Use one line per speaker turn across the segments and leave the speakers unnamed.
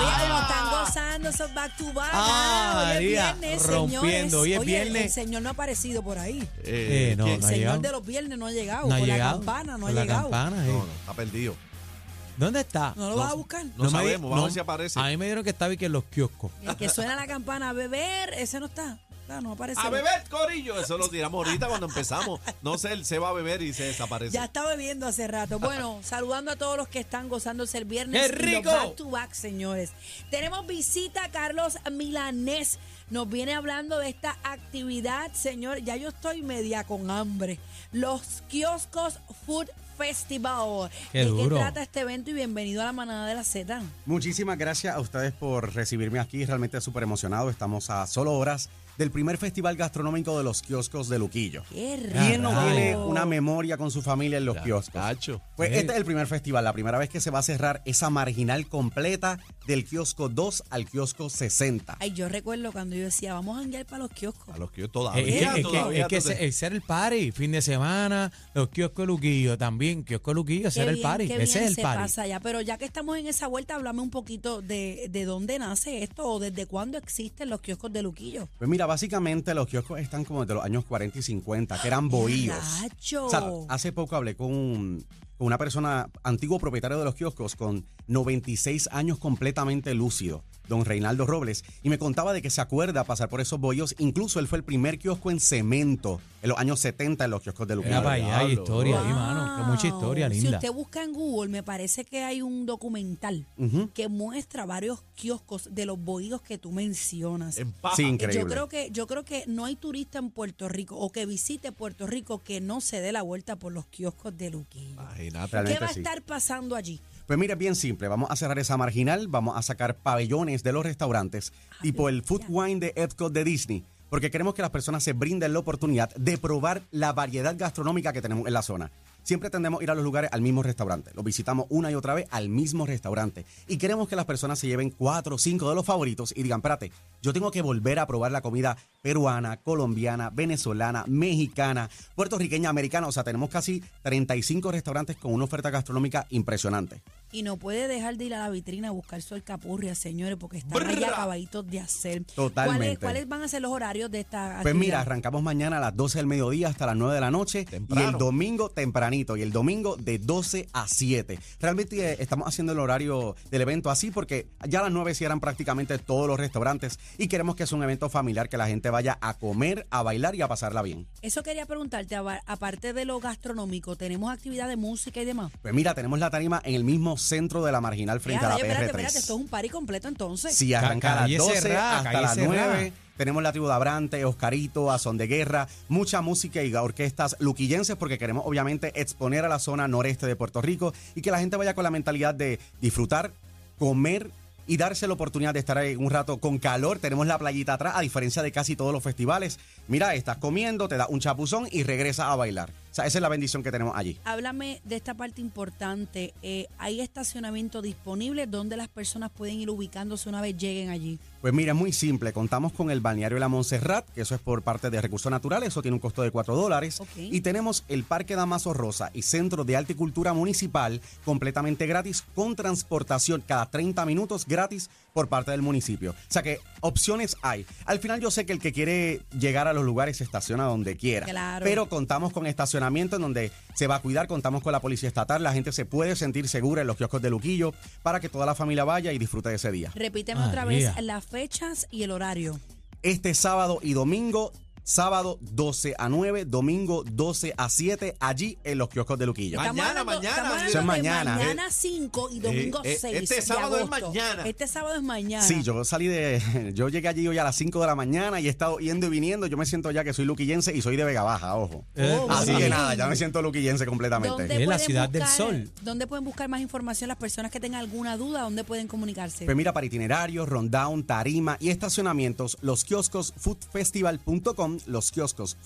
Oye, pero están
Z.
gozando esos back to back.
Ah,
Ah, hoy es
María,
viernes, señores.
rompiendo. Hoy es
Oye,
viernes.
El señor no ha aparecido por ahí.
Eh, no,
el
no ha
señor
llegado.
de los viernes no ha llegado.
No ha
con
llegado.
la campana no ha
Con la
llegado.
campana, eh.
No, no, está perdido.
¿Dónde está?
No lo vas a buscar.
No
me di-
sabemos, vamos a ver si aparece.
A mí me dijeron que estaba y que en los kioscos. Eh,
El que suena la campana a beber, ese no está. Está, no aparece.
A beber, Corillo. Eso lo tiramos ahorita cuando empezamos. No sé, él se va a beber y se desaparece.
Ya está bebiendo hace rato. Bueno, saludando a todos los que están gozándose el viernes.
¡Qué
y los
rico!
Back to back, señores. Tenemos visita a Carlos Milanés. Nos viene hablando de esta actividad, señor. Ya yo estoy media con hambre. Los kioscos Food Festival.
Qué
¿De
duro.
qué trata este evento? Y bienvenido a la manada de la Z.
Muchísimas gracias a ustedes por recibirme aquí. Realmente súper emocionado. Estamos a solo horas del primer festival gastronómico de los kioscos de Luquillo.
¡Qué rico!
¿Quién no tiene una memoria con su familia en los kioscos?
Cacho.
Pues
Sí.
este es el primer festival, la primera vez que se va a cerrar esa marginal completa del kiosco 2 al kiosco 60.
Ay, yo recuerdo cuando yo decía, vamos a janguear para los kioscos.
A los que yo
Eh, es que-
todavía.
es que,
todavía,
es que ese, ese era el party, fin de semana, los kioscos Luquillo también, kiosco Luquillo, ese
Qué
era el
bien,
party,
qué
ese
bien
es el
se
party.
pasa allá. Pero ya que estamos en esa vuelta, háblame un poquito de, de dónde nace esto o desde cuándo existen los kioscos de Luquillo.
Pues mira, básicamente los kioscos están como de los años 40 y 50, que eran bohíos.
¡Cacho!
O sea, hace poco hablé con, un- con una persona, antiguo propietario de los kioscos, con 96 años completamente lúcido, don Reinaldo Robles, y me contaba de que se acuerda pasar por esos bohíos. Incluso él fue el primer kiosco en cemento en los años 70 en los kioscos de Luquillo.
Era para allá, hay
Diablo.
historia ahí,
Wow.
mano, que mucha historia
Si
linda.
usted busca en Google, me parece que hay un documental
Ujú.
que muestra varios kioscos de los bohíos que tú mencionas.
En paja.
Sí,
Eh,
increíble.
Yo creo que yo creo que no hay turista en Puerto Rico o que visite Puerto Rico que no se dé la vuelta por los kioscos de Luquillo.
Imagínate. Oh,
¿Qué
Realmente
va a
sí.
estar pasando allí?
Pues mira, es bien simple. Vamos a cerrar esa marginal, vamos a sacar pabellones de los restaurantes, tipo el Food Wine de Epcot de Disney, porque queremos que las personas se brinden la oportunidad de probar la variedad gastronómica que tenemos en la zona. Siempre tendemos a ir a los lugares al mismo restaurante. Los visitamos una y otra vez al mismo restaurante. Y queremos que las personas se lleven cuatro o cinco de los favoritos y digan, espérate, yo tengo que volver a probar la comida peruana, colombiana, venezolana, mexicana, puertorriqueña, americana. O sea, tenemos casi 35 restaurantes con una oferta gastronómica impresionante.
Y no puede dejar de ir a la vitrina a buscar su alcapurria, señores, porque están ahí
Brrra.
acabaditos de hacer.
Totalmente.
¿Cuáles, cuáles van a ser los horarios de esta
Pues mira,
actividad?
arrancamos mañana a las 12 del mediodía hasta las 9 de la noche
Temprano.
y el domingo tempranito y el domingo de 12 a 7. Realmente eh, estamos haciendo el horario del evento así porque ya a las 9 cierran prácticamente todos los restaurantes y queremos que sea un evento familiar que la gente vaya a comer, a bailar y a pasarla bien.
Eso quería preguntarte, aba- aparte de lo gastronómico, ¿tenemos actividad de música y demás?
Pues mira, tenemos la tarima en el mismo centro de la marginal frente
Ya,
a la
oye, espérate,
PR3.
espérate, esto es un party completo entonces.
Si arranca a
Calle
las 12
cerrada,
hasta
calle
las
cerrada.
9. Tenemos la tribu de Abrante, Oscarito, Azón de Guerra, mucha música y orquestas luquillenses porque queremos obviamente exponer a la zona noreste de Puerto Rico y que la gente vaya con la mentalidad de disfrutar, comer y darse la oportunidad de estar ahí un rato con calor. Tenemos la playita atrás, a diferencia de casi todos los festivales. Mira, estás comiendo, te da un chapuzón y regresas a bailar. O sea, esa es la bendición que tenemos allí.
Háblame de esta parte importante. Eh, ¿Hay estacionamiento disponible donde las personas pueden ir ubicándose una vez lleguen allí?
Pues mira, es muy simple. Contamos con el balneario La Montserrat, que eso es por parte de Recursos Naturales, eso tiene un costo de 4 dólares.
Ok.
Y tenemos el Parque Damaso Rosa y Centro de Arte y Cultura Municipal completamente gratis, con transportación cada 30 minutos gratis por parte del municipio. O sea que opciones hay. Al final yo sé que el que quiere llegar a los lugares se estaciona donde quiera.
Claro.
Pero contamos con estacionamiento en donde se va a cuidar, contamos con la policía estatal, la gente se puede sentir segura en los kioscos de Luquillo para que toda la familia vaya y disfrute de ese día.
Repíteme otra
María.
vez las fechas y el horario.
Este sábado y domingo, sábado 12 a 9, domingo 12 a 7, allí en los kioscos de Luquillo.
Ma- Mañana,
Estamos hablando-
mañana.
estamos hablando
Eso es
de
mañana,
Mañana 5 y domingo
eh,
6.
este sábado es mañana.
Este sábado es mañana.
Sí, yo salí de. Yo llegué allí hoy a las 5 de la mañana y he estado yendo y viniendo. Yo me siento ya que soy luquillense y soy de Vega Baja, ojo.
Eh,
Oh,
Así
sí.
que nada, ya me siento luquillense completamente.
Es la
pueden
ciudad del sol.
¿Dónde pueden buscar más información las personas que tengan alguna duda? ¿Dónde pueden comunicarse?
Pues mira, para itinerarios, rundown, tarima y estacionamientos, los kioscos foodfestival.com, los kioscos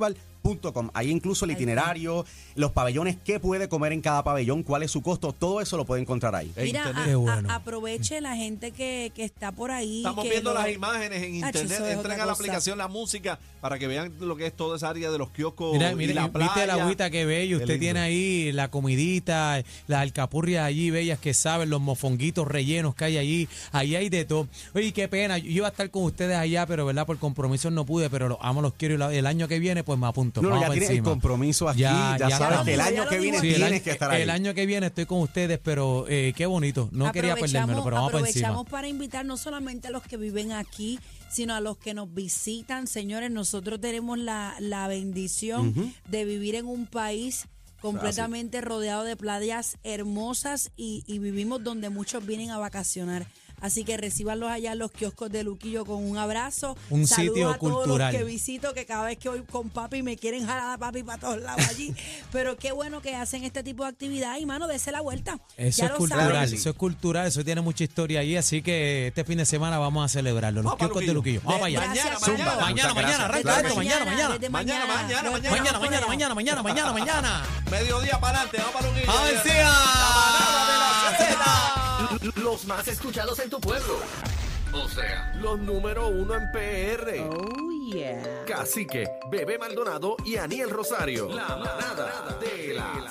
foodfestival.com. Ahí incluso el
Ahí está.
itinerario, los pabellones, qué puede comer en cada pabellón, cuál es su costo, todo eso lo puede encontrar ahí.
Eh,
Mira,
internet.
a-
Qué
a-
bueno.
aproveche la gente que, que está por ahí.
Estamos
que
viendo
lo-
las imágenes en
Ah,
internet.
eso es
Entren
otra
a la
cosa.
aplicación La Música para que vean lo que es toda esa área de los kioscos
Mira,
y la
mira,
playa.
viste la agüita que bello.
Qué
Usted
lindo.
tiene ahí la comidita, las alcapurrias allí bellas que saben, los mofonguitos rellenos que hay allí. Ahí hay de todo. Oye, qué pena. Yo iba a estar con ustedes allá, pero verdad, por compromisos no pude, pero los amo, los quiero. Y la- el año que viene, pues me apunto.
No, no,
Vamos
ya
pa'
tienes el
encima.
compromiso aquí, ya,
lo
sabes que el
dijo, ya
año
lo
que
dijo
viene
aquí.
Sí, el,
tienes
año,
que estar ahí.
el año que viene estoy con ustedes, pero eh, qué bonito. No quería perdérmelo, pero vamos para encima.
aprovechamos para invitar no solamente a los que viven aquí, sino a los que nos visitan. Señores, nosotros tenemos la, la bendición de vivir en un país completamente rodeado de playas hermosas y, y vivimos donde muchos vienen a vacacionar. Así que recibanlos allá en los kioscos de Luquillo con un abrazo.
Un
Saludos
sitio
a todos
cultural.
los que visito, que cada vez que voy con papi me quieren jalar a papi para todos lados allí. Pero qué bueno que hacen este tipo de actividad y, mano, dese la vuelta.
Eso
Ya
es
lo
cultural,
saben.
eso es cultural, eso tiene mucha historia ahí, así que este fin de semana vamos a celebrarlo. Los
Vamos pa'
kioscos de
Luquillo.
Luquillo. Vamos para allá.
Mañana,
Zumba.
mañana.
Mañana,
Muchas
mañana,
gracias.
arranca
Claro
esto,
que sí.
mañana, mañana.
desde
Mañana, mañana, mañana,
Nos
Mañana,
vemos
mañana,
por allá.
mañana, mañana, mañana, mañana.
Mediodía para adelante, vamos para un guillo.
¡Vamos
Señores.
encima!
La manada de la Z.
Los más escuchados en tu pueblo. O sea, los número uno en PR. Oh, yeah. Cacique, Bebé Maldonado y Aniel Rosario. La manada de la